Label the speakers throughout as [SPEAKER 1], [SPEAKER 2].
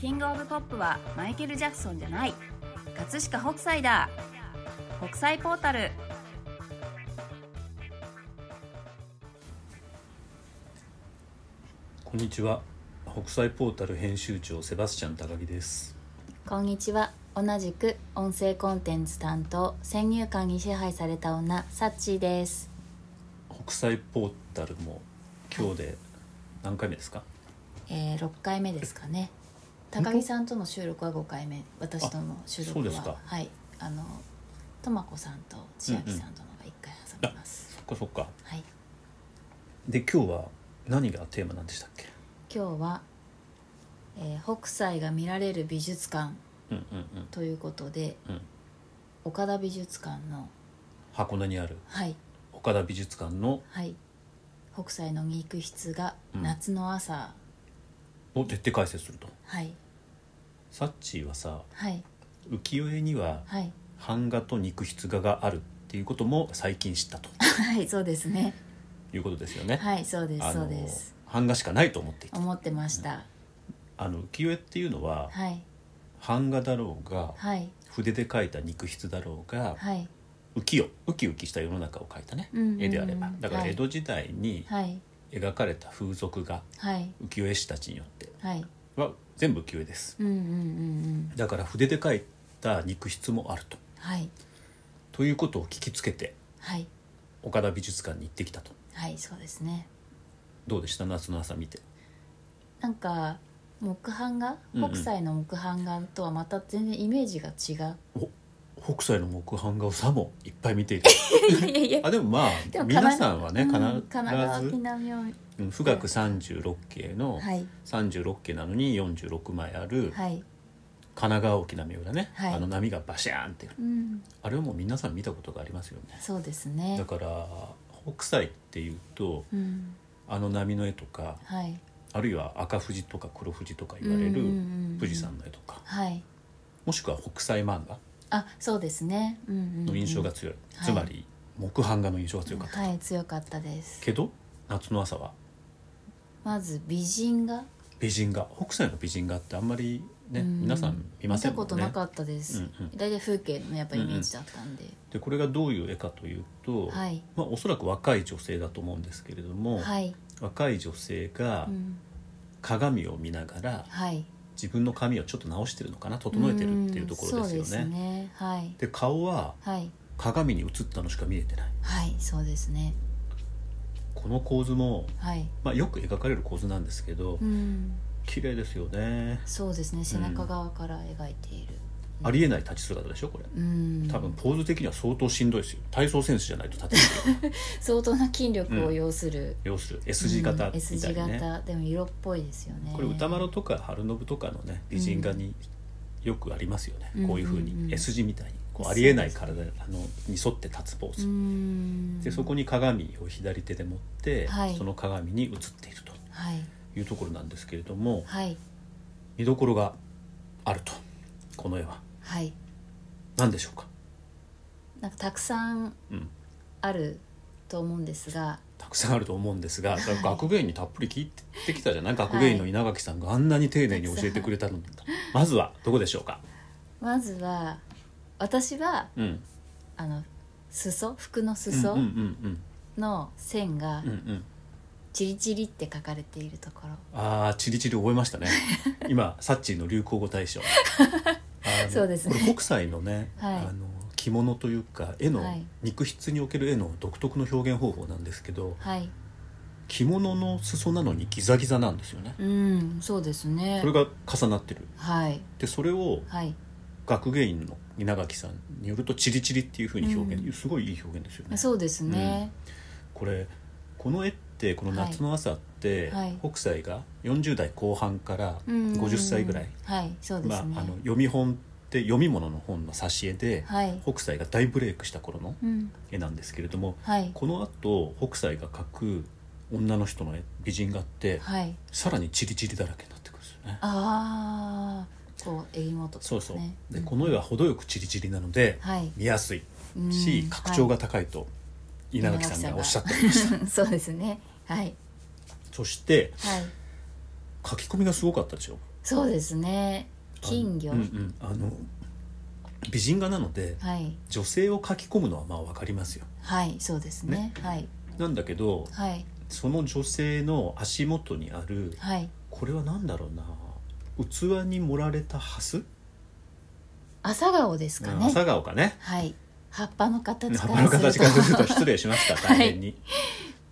[SPEAKER 1] キングオブポップはマイケル・ジャクソンじゃない葛飾北斎だ北斎ポータル
[SPEAKER 2] こんにちは北斎ポータル編集長セバスチャン高木です
[SPEAKER 3] こんにちは同じく音声コンテンツ担当先入観に支配された女サッチーです
[SPEAKER 2] 北斎ポータルも今日で何回目ですか
[SPEAKER 3] えー、6回目ですかね高木さんとの収録は5回目私との収録
[SPEAKER 2] そう
[SPEAKER 3] は
[SPEAKER 2] ですか
[SPEAKER 3] はいあのとまこさんと千秋さんとのが1回挟みます、
[SPEAKER 2] そっかそっか
[SPEAKER 3] はい
[SPEAKER 2] で今日は何がテーマなんでしたっけ
[SPEAKER 3] 今日は、えー北斎が見られる美術館
[SPEAKER 2] うんうんうん
[SPEAKER 3] ということで、
[SPEAKER 2] うん
[SPEAKER 3] 岡田美術館の
[SPEAKER 2] 箱根にある
[SPEAKER 3] はい
[SPEAKER 2] 岡田美術館の
[SPEAKER 3] はい北斎の肉筆が
[SPEAKER 2] うん
[SPEAKER 3] 夏の朝、
[SPEAKER 2] を徹底解説すると
[SPEAKER 3] はい
[SPEAKER 2] サッチーはさ
[SPEAKER 3] はい
[SPEAKER 2] 浮世絵には
[SPEAKER 3] はい
[SPEAKER 2] 版画と肉筆画があるっていうことも最近知ったと
[SPEAKER 3] はいそうですね
[SPEAKER 2] いうことですよね、
[SPEAKER 3] はいそうです
[SPEAKER 2] あ
[SPEAKER 3] そ
[SPEAKER 2] の
[SPEAKER 3] うです
[SPEAKER 2] 版画しかないと思っていた
[SPEAKER 3] 思ってました
[SPEAKER 2] あの浮世絵っていうのは
[SPEAKER 3] はい
[SPEAKER 2] 版画だろうが
[SPEAKER 3] はい
[SPEAKER 2] 筆で描いた肉筆だろうが
[SPEAKER 3] はい
[SPEAKER 2] 浮きをウキウキした世の中を描いたね、
[SPEAKER 3] うんうんうん
[SPEAKER 2] 絵であればだから
[SPEAKER 3] はい
[SPEAKER 2] 江戸時代に
[SPEAKER 3] はい
[SPEAKER 2] 描かれた風俗画、
[SPEAKER 3] はい
[SPEAKER 2] 浮世絵師たちによって
[SPEAKER 3] はい
[SPEAKER 2] は全部浮世絵です
[SPEAKER 3] うんうんうんうん
[SPEAKER 2] だから筆で描いた肉筆もあると
[SPEAKER 3] はい
[SPEAKER 2] ということを聞きつけて
[SPEAKER 3] はい
[SPEAKER 2] 岡田美術館に行ってきたと
[SPEAKER 3] はいそうですね
[SPEAKER 2] どうでした夏の朝見て
[SPEAKER 3] なんか木版画
[SPEAKER 2] うんうん
[SPEAKER 3] 北斎の木版画とはまた全然イメージが違う、
[SPEAKER 2] 北斎の木版画をさもいっぱい見て いた
[SPEAKER 3] いやいやいや
[SPEAKER 2] あでもまあ
[SPEAKER 3] でも神
[SPEAKER 2] 皆
[SPEAKER 3] 奈
[SPEAKER 2] さんはね必
[SPEAKER 3] う
[SPEAKER 2] ず、
[SPEAKER 3] ん神奈川南を
[SPEAKER 2] うん富岳36景の
[SPEAKER 3] はい
[SPEAKER 2] 36景なのに46枚ある
[SPEAKER 3] はい
[SPEAKER 2] 神奈川沖浪裏ね、
[SPEAKER 3] はい
[SPEAKER 2] あの波がバシャーンって
[SPEAKER 3] うん
[SPEAKER 2] あれはもう皆さん見たことがありますよね
[SPEAKER 3] そうです
[SPEAKER 2] だ
[SPEAKER 3] ね
[SPEAKER 2] から北斎っていうと
[SPEAKER 3] うん
[SPEAKER 2] あの波の絵とか
[SPEAKER 3] はい
[SPEAKER 2] あるいは赤富士とか黒富士とか言われる
[SPEAKER 3] うんうんうんうん
[SPEAKER 2] 富士山の絵とか
[SPEAKER 3] はい
[SPEAKER 2] もしくは北斎漫画
[SPEAKER 3] あそうですねうんうんうん
[SPEAKER 2] の印象が強い、
[SPEAKER 3] はい
[SPEAKER 2] つまり木版画の印象が強かった、
[SPEAKER 3] はい強かったです
[SPEAKER 2] けど夏の朝は
[SPEAKER 3] まず美人が
[SPEAKER 2] 美人画北斎の美人画ってあんまりね、
[SPEAKER 3] うん
[SPEAKER 2] 皆さん見ません
[SPEAKER 3] 見た
[SPEAKER 2] も
[SPEAKER 3] こ
[SPEAKER 2] ん
[SPEAKER 3] と
[SPEAKER 2] ね
[SPEAKER 3] なかったです、
[SPEAKER 2] うんうん
[SPEAKER 3] 大体風景のやっぱイメージだったんで、
[SPEAKER 2] でこれがどういう絵かというと、
[SPEAKER 3] はい
[SPEAKER 2] まあ、おそらく若い女性だと思うんですけれども、
[SPEAKER 3] はい、
[SPEAKER 2] 若い女性が
[SPEAKER 3] うん、
[SPEAKER 2] 鏡を見ながら
[SPEAKER 3] はい
[SPEAKER 2] 自分の髪をちょっと直してるのかな整えてるっていうところですよ
[SPEAKER 3] うんそうで
[SPEAKER 2] ね。
[SPEAKER 3] すねはい
[SPEAKER 2] で顔は
[SPEAKER 3] はい
[SPEAKER 2] 鏡に映ったのしか見えてない
[SPEAKER 3] はいそうですね
[SPEAKER 2] この構図も、
[SPEAKER 3] はい
[SPEAKER 2] まあ、よく描かれる構図なんですけど
[SPEAKER 3] うん
[SPEAKER 2] 綺麗ですよね
[SPEAKER 3] そうですね背中側から描いている
[SPEAKER 2] ありえない立ち姿でしょこれ
[SPEAKER 3] うん
[SPEAKER 2] 多分ポーズ的には相当しんどいですよ体操選手じゃないと立 てないよ
[SPEAKER 3] 相当な筋力を要する、
[SPEAKER 2] 要する S 字型
[SPEAKER 3] うん
[SPEAKER 2] み
[SPEAKER 3] S
[SPEAKER 2] た
[SPEAKER 3] 字
[SPEAKER 2] いなね、
[SPEAKER 3] 型でも色っぽいですよね
[SPEAKER 2] これ歌丸とか春信とかのね美人画によくありますよね、
[SPEAKER 3] うん
[SPEAKER 2] こういうふう
[SPEAKER 3] うんうんう
[SPEAKER 2] に
[SPEAKER 3] ん
[SPEAKER 2] S 字みたいにこうありえない体あのに沿って立つポー
[SPEAKER 3] う
[SPEAKER 2] ズ、
[SPEAKER 3] ん
[SPEAKER 2] でそこに鏡を左手で持って、
[SPEAKER 3] はい
[SPEAKER 2] その鏡に映っていると
[SPEAKER 3] はい
[SPEAKER 2] いうところなんですけれども
[SPEAKER 3] はい
[SPEAKER 2] 見どころがあるとこの絵は
[SPEAKER 3] はい
[SPEAKER 2] 何でしょうか、
[SPEAKER 3] なんかたくさん
[SPEAKER 2] うん、
[SPEAKER 3] あると思うんですが
[SPEAKER 2] たくさんあると思うんです が学芸員にたっぷり聞いてきたじゃない学芸員の稲垣さんがあんなに丁寧に教えてくれたのにまずはどこでしょうか、
[SPEAKER 3] まずは私は
[SPEAKER 2] うん、
[SPEAKER 3] あの裾服の裾
[SPEAKER 2] うんうん
[SPEAKER 3] の線が
[SPEAKER 2] うんうんうんうん
[SPEAKER 3] チリチリって書かれているところ、
[SPEAKER 2] あーチリチリ覚えました ね今サッチーの流行語大賞あの
[SPEAKER 3] そうですね
[SPEAKER 2] これ北斎のね、
[SPEAKER 3] はい
[SPEAKER 2] あの着物というか絵の、
[SPEAKER 3] はい
[SPEAKER 2] 肉筆における絵の独特の表現方法なんですけど
[SPEAKER 3] はい
[SPEAKER 2] 着物の裾なのにギザギザなんですよね
[SPEAKER 3] うんそうですね
[SPEAKER 2] これが重なってる
[SPEAKER 3] はい
[SPEAKER 2] でそれを
[SPEAKER 3] はい
[SPEAKER 2] 学芸員の稲垣さんによると「チリチリ」っていうふうに表現、
[SPEAKER 3] うん
[SPEAKER 2] すごいいい表現ですよね。
[SPEAKER 3] そうですね、
[SPEAKER 2] これこの絵ってこの夏の朝って、
[SPEAKER 3] はい
[SPEAKER 2] 北斎が40代後半から
[SPEAKER 3] うん、
[SPEAKER 2] 50歳ぐらい、
[SPEAKER 3] はいそうですね、
[SPEAKER 2] まあ、あの読み本って読み物の本の挿絵で、
[SPEAKER 3] はい
[SPEAKER 2] 北斎が大ブレイクした頃の
[SPEAKER 3] うん
[SPEAKER 2] 絵なんですけれども
[SPEAKER 3] はい
[SPEAKER 2] このあと北斎が描く女の人の絵美人画って
[SPEAKER 3] はい
[SPEAKER 2] さらにチリチリだらけになってくるんですよね。
[SPEAKER 3] ああこう襟元とかね
[SPEAKER 2] そうそうで
[SPEAKER 3] ん
[SPEAKER 2] この絵は程よくチリチリなので
[SPEAKER 3] はい
[SPEAKER 2] 見やすい
[SPEAKER 3] うん
[SPEAKER 2] し格調
[SPEAKER 3] は
[SPEAKER 2] が高いと稲 垣さんがおっしゃっておりま
[SPEAKER 3] いそうですねはい
[SPEAKER 2] そして
[SPEAKER 3] はい
[SPEAKER 2] 書き込みがすごかったでしょ
[SPEAKER 3] そうですね金魚、
[SPEAKER 2] あの,、うんうん、あの美人画なので
[SPEAKER 3] はい
[SPEAKER 2] 女性を書き込むのはまあ分かりますよ
[SPEAKER 3] はいそうですねはい
[SPEAKER 2] なんだけど
[SPEAKER 3] はい
[SPEAKER 2] その女性の足元にある
[SPEAKER 3] はい
[SPEAKER 2] これは何だろうな器に盛られたハス、
[SPEAKER 3] 朝顔ですか
[SPEAKER 2] うん
[SPEAKER 3] ね
[SPEAKER 2] 朝顔かね
[SPEAKER 3] はい葉っぱの形
[SPEAKER 2] 葉っ
[SPEAKER 3] か
[SPEAKER 2] ぱの
[SPEAKER 3] ら
[SPEAKER 2] 形
[SPEAKER 3] す
[SPEAKER 2] から
[SPEAKER 3] ると
[SPEAKER 2] すると失礼しました
[SPEAKER 3] はい
[SPEAKER 2] 大変に。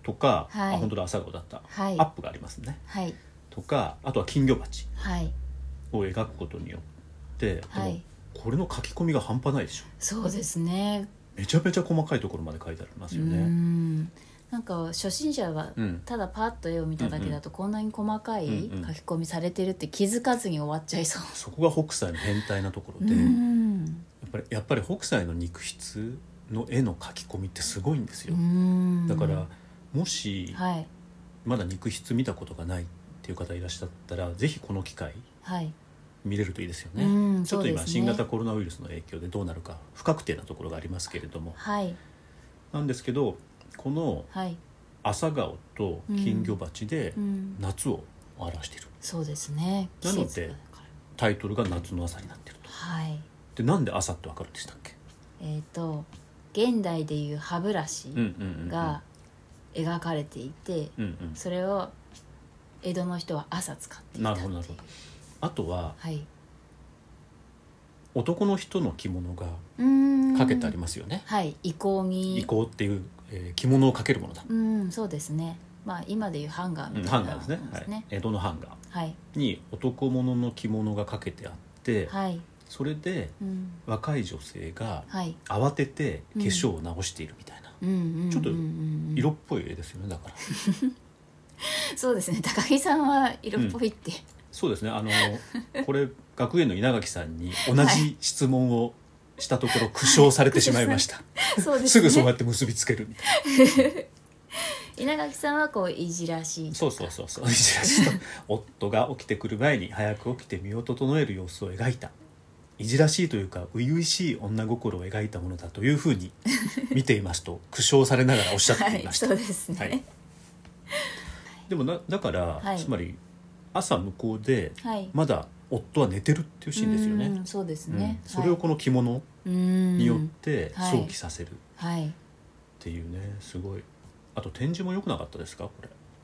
[SPEAKER 2] とか、
[SPEAKER 3] はい
[SPEAKER 2] あ本当だ朝顔だった、
[SPEAKER 3] はい
[SPEAKER 2] アップがありますね。
[SPEAKER 3] はい
[SPEAKER 2] とかあとは金魚鉢
[SPEAKER 3] はい
[SPEAKER 2] を描くことによって、でも
[SPEAKER 3] はい
[SPEAKER 2] これの書き込みが半端ないでしょ
[SPEAKER 3] そうですね
[SPEAKER 2] めちゃめちゃ細かいところまで書いてありますよ
[SPEAKER 3] うー
[SPEAKER 2] ね。
[SPEAKER 3] んなんか初心者は
[SPEAKER 2] うん
[SPEAKER 3] ただパッと絵を見ただけだとこんなに細かい書
[SPEAKER 2] うんうん
[SPEAKER 3] き込みされてるって気づかずに終わっちゃいそう。
[SPEAKER 2] そこが北斎の変態なところ
[SPEAKER 3] う
[SPEAKER 2] で、や
[SPEAKER 3] ん
[SPEAKER 2] っぱりやっぱり北斎の肉筆の絵の書き込みってすごいんです
[SPEAKER 3] う
[SPEAKER 2] よ。
[SPEAKER 3] ん
[SPEAKER 2] だからもし
[SPEAKER 3] はい
[SPEAKER 2] まだ肉筆見たことがないっていう方いらっしゃったらぜひこの機会
[SPEAKER 3] はい
[SPEAKER 2] 見れるといいですよね、
[SPEAKER 3] うん
[SPEAKER 2] ちょっと
[SPEAKER 3] そうです
[SPEAKER 2] 今
[SPEAKER 3] ね
[SPEAKER 2] 新型コロナウイルスの影響でどうなるか不確定なところがありますけれども
[SPEAKER 3] はい
[SPEAKER 2] なんですけどこの
[SPEAKER 3] はい、
[SPEAKER 2] 朝顔と金魚鉢で
[SPEAKER 3] うん、
[SPEAKER 2] 夏を表している、
[SPEAKER 3] そうですね
[SPEAKER 2] なので
[SPEAKER 3] 季節がだから
[SPEAKER 2] タイトルが「夏の朝」になってると
[SPEAKER 3] はい
[SPEAKER 2] でなんで朝ってわかるんでしたっけ、
[SPEAKER 3] えっ、と現代でいう歯ブラシ
[SPEAKER 2] うんうんうんうん、
[SPEAKER 3] が描かれていて、
[SPEAKER 2] うんうん
[SPEAKER 3] それを江戸の人は朝使っていたっていう
[SPEAKER 2] なるほどなるほどあとは
[SPEAKER 3] はい
[SPEAKER 2] 男の人の着物が
[SPEAKER 3] うーん
[SPEAKER 2] かけてありますよね
[SPEAKER 3] はい移行に
[SPEAKER 2] 移行っていう、えー着物をかけるものだ、
[SPEAKER 3] うんそうですねまあ今でいうハンガー
[SPEAKER 2] う
[SPEAKER 3] み
[SPEAKER 2] ん
[SPEAKER 3] た
[SPEAKER 2] ハ
[SPEAKER 3] い
[SPEAKER 2] ン
[SPEAKER 3] な
[SPEAKER 2] ガーですね
[SPEAKER 3] もの
[SPEAKER 2] はい、江戸のハンガー
[SPEAKER 3] はい
[SPEAKER 2] に男物の着物がかけてあって、
[SPEAKER 3] はい
[SPEAKER 2] それで
[SPEAKER 3] うん
[SPEAKER 2] 若い女性が
[SPEAKER 3] はい
[SPEAKER 2] 慌てて化粧を直しているみたいな、
[SPEAKER 3] うんうんうん
[SPEAKER 2] ちょっと
[SPEAKER 3] うんうん
[SPEAKER 2] 色っぽい絵ですよねだ から
[SPEAKER 3] そうですね高木さんは色っぽい って、
[SPEAKER 2] そうですねあのこ れ学園の稲垣さんに同じ質問をしたところ苦笑されてしまいました、
[SPEAKER 3] そうです
[SPEAKER 2] す
[SPEAKER 3] ね
[SPEAKER 2] ぐそうやって結びつけるみたい
[SPEAKER 3] 稲垣さんはこういじらしい
[SPEAKER 2] なそうそうそうそう夫が起きてくる前に早く起きて身を整える様子を描いたいじらしいというか初々しい女心を描いたものだというふうに見ていますと苦笑されながらおっしゃっていました、
[SPEAKER 3] はいそうですね、
[SPEAKER 2] はいでもなだから、
[SPEAKER 3] はい
[SPEAKER 2] つまり朝向こうで
[SPEAKER 3] はい
[SPEAKER 2] まだ夫は寝てるっていうシーンですよ
[SPEAKER 3] う
[SPEAKER 2] ね
[SPEAKER 3] ん。そうですね
[SPEAKER 2] うん、それをこの着物
[SPEAKER 3] うに
[SPEAKER 2] によって
[SPEAKER 3] はい
[SPEAKER 2] 想起させるっ
[SPEAKER 3] はい
[SPEAKER 2] ていうねすごいあと展示も良くなかったですかこ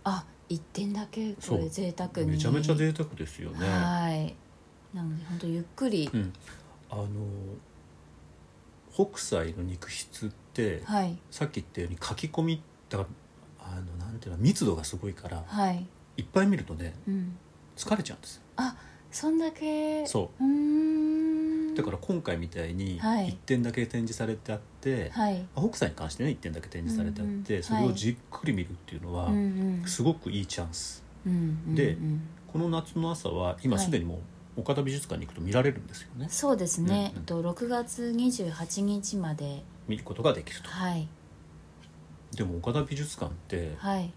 [SPEAKER 3] あ一点だけこ
[SPEAKER 2] そ
[SPEAKER 3] れ
[SPEAKER 2] う
[SPEAKER 3] 贅沢
[SPEAKER 2] れ
[SPEAKER 3] に
[SPEAKER 2] めちゃめちゃ贅沢ですよね。
[SPEAKER 3] はいなので本当ゆっくり、
[SPEAKER 2] うん、あの北斎の肉筆って
[SPEAKER 3] はい
[SPEAKER 2] さっき言ったように書き込みだからあのなんていうの密度がすごいから
[SPEAKER 3] はい、
[SPEAKER 2] いっぱい見るとね
[SPEAKER 3] うん、
[SPEAKER 2] 疲れちゃうんですよ。
[SPEAKER 3] そんだけ
[SPEAKER 2] そう
[SPEAKER 3] うーん
[SPEAKER 2] だから今回みたいに
[SPEAKER 3] はい
[SPEAKER 2] 一点だけ展示されてあって、
[SPEAKER 3] はい
[SPEAKER 2] あ北斎に関してね1点だけ展示されてあっ
[SPEAKER 3] うん
[SPEAKER 2] て、
[SPEAKER 3] うん
[SPEAKER 2] それをじっくり見るっていうのは、
[SPEAKER 3] うんうん
[SPEAKER 2] すごくいいチャンス
[SPEAKER 3] うんうん
[SPEAKER 2] で
[SPEAKER 3] うん
[SPEAKER 2] この夏の朝は今
[SPEAKER 3] はい
[SPEAKER 2] すでにもう岡田美術館に行くと見られるんですよね、
[SPEAKER 3] そうですね、
[SPEAKER 2] うんうん
[SPEAKER 3] と6月28日まで
[SPEAKER 2] 見ることができると
[SPEAKER 3] はい
[SPEAKER 2] でも岡田美術館って、
[SPEAKER 3] はい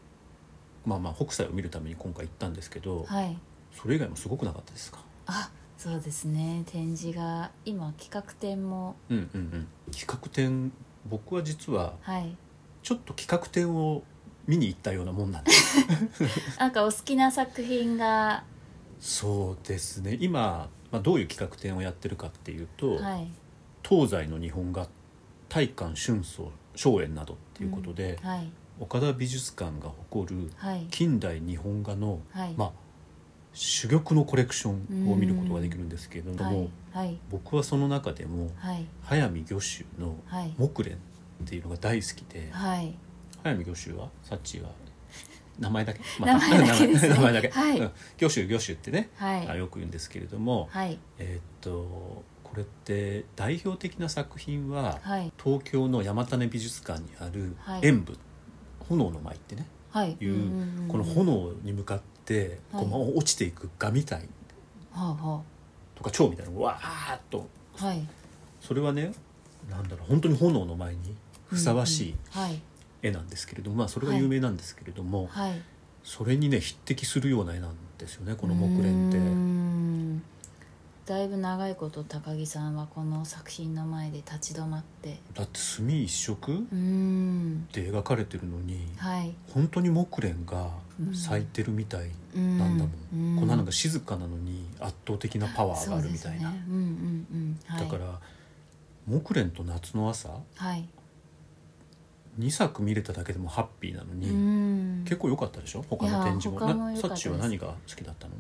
[SPEAKER 2] まあまあ北斎を見るために今回行ったんですけど、
[SPEAKER 3] はい
[SPEAKER 2] それ以外もすごくなかったですか
[SPEAKER 3] あそうですね展示が今企画展も
[SPEAKER 2] うんうんうん企画展僕は実は
[SPEAKER 3] はい
[SPEAKER 2] ちょっと企画展を見に行ったようなもんなんです
[SPEAKER 3] なんかお好きな作品が
[SPEAKER 2] そうですね今、まあ、どういう企画展をやってるかっていうと、
[SPEAKER 3] はい
[SPEAKER 2] 東西の日本画大観春草荘園などっていうことで、
[SPEAKER 3] はい
[SPEAKER 2] 岡田美術館が誇る
[SPEAKER 3] はい
[SPEAKER 2] 近代日本画の、
[SPEAKER 3] はい、
[SPEAKER 2] まあ、珠玉のコレクションを見ることができるんですけれど
[SPEAKER 3] は
[SPEAKER 2] も
[SPEAKER 3] いはい
[SPEAKER 2] 僕はその中でも
[SPEAKER 3] はい
[SPEAKER 2] 速水御舟の
[SPEAKER 3] はい
[SPEAKER 2] 「木蓮」っていうのが大好きで
[SPEAKER 3] はい
[SPEAKER 2] 速水御舟はサッチーは名前だ け、ま
[SPEAKER 3] 名前だけですね
[SPEAKER 2] 名前だけ、
[SPEAKER 3] はい
[SPEAKER 2] うん御舟御舟ってね、
[SPEAKER 3] はい
[SPEAKER 2] あよく言うんですけれども、
[SPEAKER 3] はい
[SPEAKER 2] えーっとこれって代表的な作品は
[SPEAKER 3] はい
[SPEAKER 2] 東京の山種美術館にある
[SPEAKER 3] はい
[SPEAKER 2] 「演舞、炎の舞」ってね
[SPEAKER 3] はい
[SPEAKER 2] いうん
[SPEAKER 3] んん
[SPEAKER 2] この炎に向かって
[SPEAKER 3] は
[SPEAKER 2] こ
[SPEAKER 3] い
[SPEAKER 2] うまあ落ちていく蛾みたい
[SPEAKER 3] はあは
[SPEAKER 2] とか蝶みたいなのがわーっと
[SPEAKER 3] あはい
[SPEAKER 2] それはねなんだろう本当に炎の前にふさわしい
[SPEAKER 3] うんうんはい
[SPEAKER 2] 絵なんですけれども、まあ、それが有名なんですけれども、
[SPEAKER 3] はい
[SPEAKER 2] それにね匹敵するような絵なんですよねこの木
[SPEAKER 3] う
[SPEAKER 2] 蓮
[SPEAKER 3] ー
[SPEAKER 2] って。
[SPEAKER 3] んだいぶ長いこと高木さんはこの作品の前で立ち止まって
[SPEAKER 2] だって墨一色っ
[SPEAKER 3] うーん
[SPEAKER 2] て描かれてるのに
[SPEAKER 3] はい
[SPEAKER 2] 本当に木蓮が咲いてるみたい、
[SPEAKER 3] うん
[SPEAKER 2] なんだも
[SPEAKER 3] うん
[SPEAKER 2] こんななんか静かなのに圧倒的なパワーがあるみたいな、
[SPEAKER 3] そうですねうんうんうんはい
[SPEAKER 2] だから木蓮と夏の朝
[SPEAKER 3] はい
[SPEAKER 2] 2作見れただけでもハッピーなのに、
[SPEAKER 3] うん
[SPEAKER 2] 結構良かったでしょ他の展示も
[SPEAKER 3] いや他も良かった
[SPEAKER 2] サ
[SPEAKER 3] で
[SPEAKER 2] ッ
[SPEAKER 3] す
[SPEAKER 2] チは何が好きだったの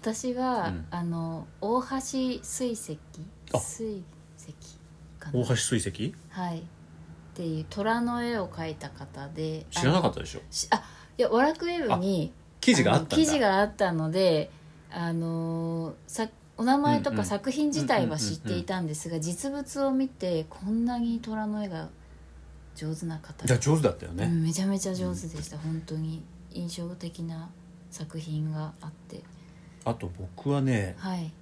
[SPEAKER 3] 私は、
[SPEAKER 2] うん
[SPEAKER 3] あの大橋水石
[SPEAKER 2] あ
[SPEAKER 3] 水石かな
[SPEAKER 2] 大橋水石
[SPEAKER 3] はいっていう虎の絵を描いた方で
[SPEAKER 2] 知らなか
[SPEAKER 3] っ
[SPEAKER 2] ったでしょ
[SPEAKER 3] たあいやワラクウェブに
[SPEAKER 2] 記事があったんだ
[SPEAKER 3] の記事があったのであのーさお名前と
[SPEAKER 2] うんう
[SPEAKER 3] か
[SPEAKER 2] ん
[SPEAKER 3] 作品自体は知っていたんですが、実物を見てこんなに虎の絵が上手な方
[SPEAKER 2] いや上手だったよね、
[SPEAKER 3] うんめちゃめちゃ上手でした、本当に印象的な作品があって
[SPEAKER 2] あと僕はね
[SPEAKER 3] はい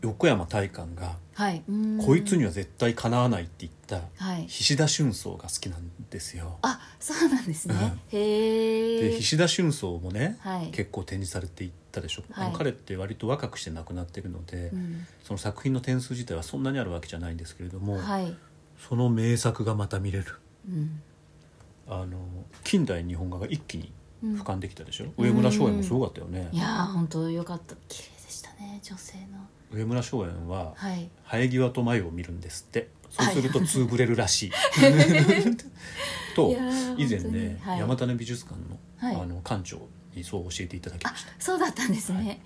[SPEAKER 2] 横山大観が
[SPEAKER 3] はい
[SPEAKER 2] 「こいつに
[SPEAKER 3] は
[SPEAKER 2] は絶対かなわない」って言った
[SPEAKER 3] はい
[SPEAKER 2] 菱田俊草が好きなんですよ。
[SPEAKER 3] あそうなんですね、へ
[SPEAKER 2] で
[SPEAKER 3] え
[SPEAKER 2] 菱田俊草もね、
[SPEAKER 3] はい
[SPEAKER 2] 結構展示されていったでしょ、
[SPEAKER 3] はい
[SPEAKER 2] あの彼って割と若くして亡くなってるので、
[SPEAKER 3] うん
[SPEAKER 2] その作品の点数自体はそんなにあるわけじゃないんですけれども、
[SPEAKER 3] はい、
[SPEAKER 2] その名作がまた見れる
[SPEAKER 3] うん
[SPEAKER 2] あの近代日本画が一気に
[SPEAKER 3] うん
[SPEAKER 2] 俯瞰できたでしょ、上村松園もすごかったよね
[SPEAKER 3] い、やー本当よかった綺麗でしたね女性の
[SPEAKER 2] 上村松園は
[SPEAKER 3] はい
[SPEAKER 2] 生え際と眉を見るんですってそうするとつぶれるらし い。と
[SPEAKER 3] いやー
[SPEAKER 2] 以前
[SPEAKER 3] 本当
[SPEAKER 2] ね
[SPEAKER 3] に、はい
[SPEAKER 2] 山種美術館の,、
[SPEAKER 3] はい
[SPEAKER 2] あの館長にそう教えていただき
[SPEAKER 3] あ
[SPEAKER 2] ました。
[SPEAKER 3] そうだったんですね、
[SPEAKER 2] はい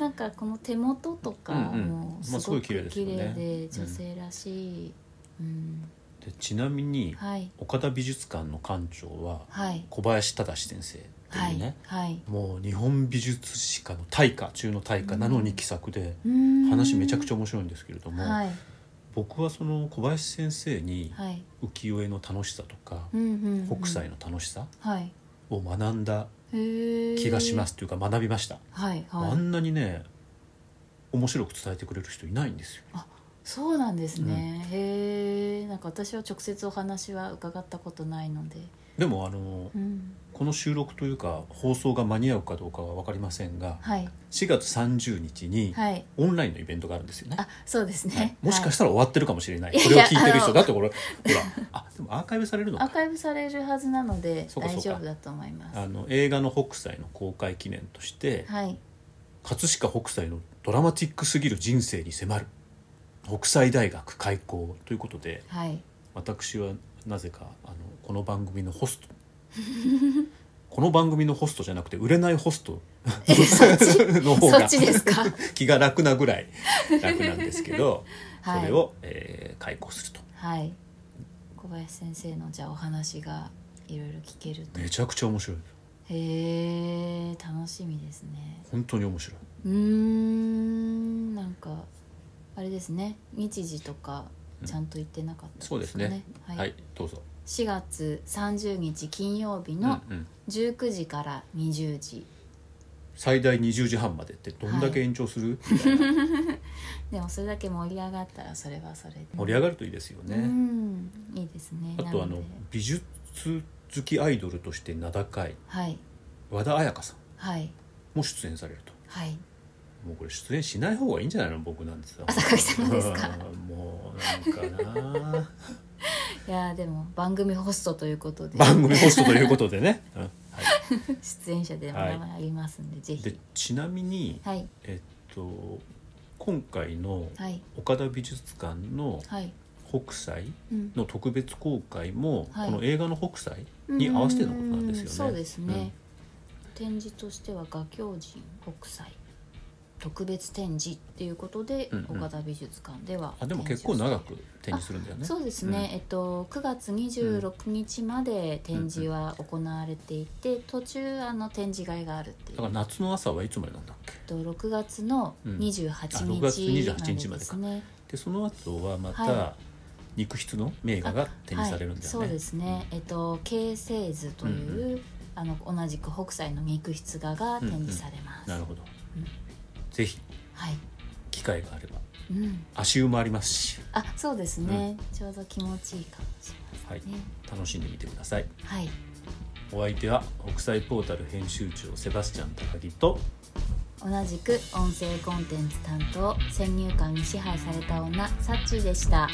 [SPEAKER 3] なんかこの手元とか
[SPEAKER 2] うんうん
[SPEAKER 3] もす
[SPEAKER 2] まあすご
[SPEAKER 3] ご
[SPEAKER 2] い
[SPEAKER 3] く
[SPEAKER 2] 綺
[SPEAKER 3] 綺
[SPEAKER 2] 麗
[SPEAKER 3] 麗
[SPEAKER 2] で
[SPEAKER 3] です
[SPEAKER 2] よね
[SPEAKER 3] 女性らしい、うん
[SPEAKER 2] でちなみに、
[SPEAKER 3] はい
[SPEAKER 2] 岡田美術館の館長は
[SPEAKER 3] はい
[SPEAKER 2] 小林忠先生って
[SPEAKER 3] は
[SPEAKER 2] いう
[SPEAKER 3] い、
[SPEAKER 2] ね、
[SPEAKER 3] はい
[SPEAKER 2] もう日本美術史家の大家中の大家なのに気さくで、話
[SPEAKER 3] 話
[SPEAKER 2] めちゃくち
[SPEAKER 3] ゃ
[SPEAKER 2] ゃ面白いんですけれども、
[SPEAKER 3] はい
[SPEAKER 2] 僕はその小林先生に
[SPEAKER 3] はい、
[SPEAKER 2] 浮世絵の楽しさとか、
[SPEAKER 3] うんうんうん
[SPEAKER 2] 北斎の楽しさ
[SPEAKER 3] はい
[SPEAKER 2] を学んだ気
[SPEAKER 3] 気
[SPEAKER 2] がしますすというか学びました、
[SPEAKER 3] はいは
[SPEAKER 2] あ
[SPEAKER 3] い
[SPEAKER 2] んなにね面白く伝えてくれる人いないんですよ
[SPEAKER 3] そうなんですね、へえんか私は直接お話は伺ったことないので、
[SPEAKER 2] でもあの
[SPEAKER 3] うん、
[SPEAKER 2] この収録というか放送が間に合うかどうかは分かりませんが
[SPEAKER 3] はい
[SPEAKER 2] 4月30日に
[SPEAKER 3] はい
[SPEAKER 2] オンラインのイベントがあるんですよね、
[SPEAKER 3] あそうですね、
[SPEAKER 2] もしかしたたら終わってるかもしれない、
[SPEAKER 3] はい
[SPEAKER 2] これを聞いてる人
[SPEAKER 3] いやいやあの
[SPEAKER 2] だってこれほらあでもアーカイブされるの
[SPEAKER 3] アー
[SPEAKER 2] か
[SPEAKER 3] カイブされるはずなので
[SPEAKER 2] そうかそうか
[SPEAKER 3] 大丈夫だと思います
[SPEAKER 2] あの映画の北斎の公開記念として
[SPEAKER 3] はい
[SPEAKER 2] 葛飾北斎のドラマティックすぎる人生に迫る北斎大学開校ということで
[SPEAKER 3] はい
[SPEAKER 2] 私はなぜかあのこの番組のホスト この番組のホストじゃなくて売れないホスト の方
[SPEAKER 3] そ
[SPEAKER 2] が
[SPEAKER 3] っちです か
[SPEAKER 2] 気が楽なぐらい楽なんですけど、
[SPEAKER 3] はい
[SPEAKER 2] それを、えー開講すると
[SPEAKER 3] はい小林先生のじゃあお話がいろいろ聞けると
[SPEAKER 2] めちゃくちゃ面白い
[SPEAKER 3] へえ楽しみですね
[SPEAKER 2] 本当に面白いう
[SPEAKER 3] ーんなんかあれですね日時とかちゃんと言ってなかった
[SPEAKER 2] そうですね
[SPEAKER 3] は
[SPEAKER 2] はい、
[SPEAKER 3] い
[SPEAKER 2] どうぞ、
[SPEAKER 3] 4月30日金曜日
[SPEAKER 2] うん
[SPEAKER 3] の
[SPEAKER 2] うん
[SPEAKER 3] 19時から20時
[SPEAKER 2] 最大20時半までってどんだけ延長する、みたいな
[SPEAKER 3] でもそれだけ盛り上がったらそれはそれで
[SPEAKER 2] 盛り上がるといいですよね、
[SPEAKER 3] うんいいですね
[SPEAKER 2] あとあ
[SPEAKER 3] な
[SPEAKER 2] の
[SPEAKER 3] で
[SPEAKER 2] 美術好きアイドルとして名高い
[SPEAKER 3] はい
[SPEAKER 2] 和田彩香さん
[SPEAKER 3] はい
[SPEAKER 2] も出演されると
[SPEAKER 3] はい
[SPEAKER 2] もうこれ出演しない方がいいんじゃないの僕なんてさ
[SPEAKER 3] 朝香さんがですか
[SPEAKER 2] うん もうなんかない
[SPEAKER 3] やーでも番組ホストということで
[SPEAKER 2] 番組ホストということでね、うんは
[SPEAKER 3] 出演者でもありますんで、ぜ
[SPEAKER 2] い、で
[SPEAKER 3] ひ
[SPEAKER 2] ちなみに
[SPEAKER 3] はい
[SPEAKER 2] えっと今回の
[SPEAKER 3] はい
[SPEAKER 2] 岡田美術館の
[SPEAKER 3] はい、
[SPEAKER 2] 北斎
[SPEAKER 3] うん、
[SPEAKER 2] の特別公開も、
[SPEAKER 3] はい
[SPEAKER 2] この映画の北斎に合わせてのことなんですよね
[SPEAKER 3] うそうですね、展示としては画狂人国際特別展示っていうことで、
[SPEAKER 2] うんうん
[SPEAKER 3] 岡田美術館では
[SPEAKER 2] あでも結構長く展示するんだよね
[SPEAKER 3] そうですね、
[SPEAKER 2] うん
[SPEAKER 3] えっと、9月26日まで展示は行われていて、途中あの展示会があるっていう
[SPEAKER 2] だから夏の朝はいつまでなんだっけ
[SPEAKER 3] えっと6月の
[SPEAKER 2] うん
[SPEAKER 3] 28
[SPEAKER 2] あ6月
[SPEAKER 3] 日まで
[SPEAKER 2] 28日ま
[SPEAKER 3] で
[SPEAKER 2] ですか
[SPEAKER 3] ね、
[SPEAKER 2] でその後はま
[SPEAKER 3] は
[SPEAKER 2] た肉筆の名画が展示されるんだよね、
[SPEAKER 3] はい、そうですね、えっと「形成図」という、
[SPEAKER 2] う
[SPEAKER 3] あの同じく北斎の肉筆画が展示されます、
[SPEAKER 2] なるほど、
[SPEAKER 3] うん
[SPEAKER 2] ぜひ
[SPEAKER 3] はい、
[SPEAKER 2] 機会があれば
[SPEAKER 3] うん、
[SPEAKER 2] 足湯もありますし、
[SPEAKER 3] あそうですね、ちょうど気持ちいいかもしれま
[SPEAKER 2] はい
[SPEAKER 3] せんね
[SPEAKER 2] 楽しんでみてください
[SPEAKER 3] はい
[SPEAKER 2] お相手は国際ポータル編集長セバスチャン高木と
[SPEAKER 3] 同じく音声コンテンツ担当先入観に支配された女サッチーでした。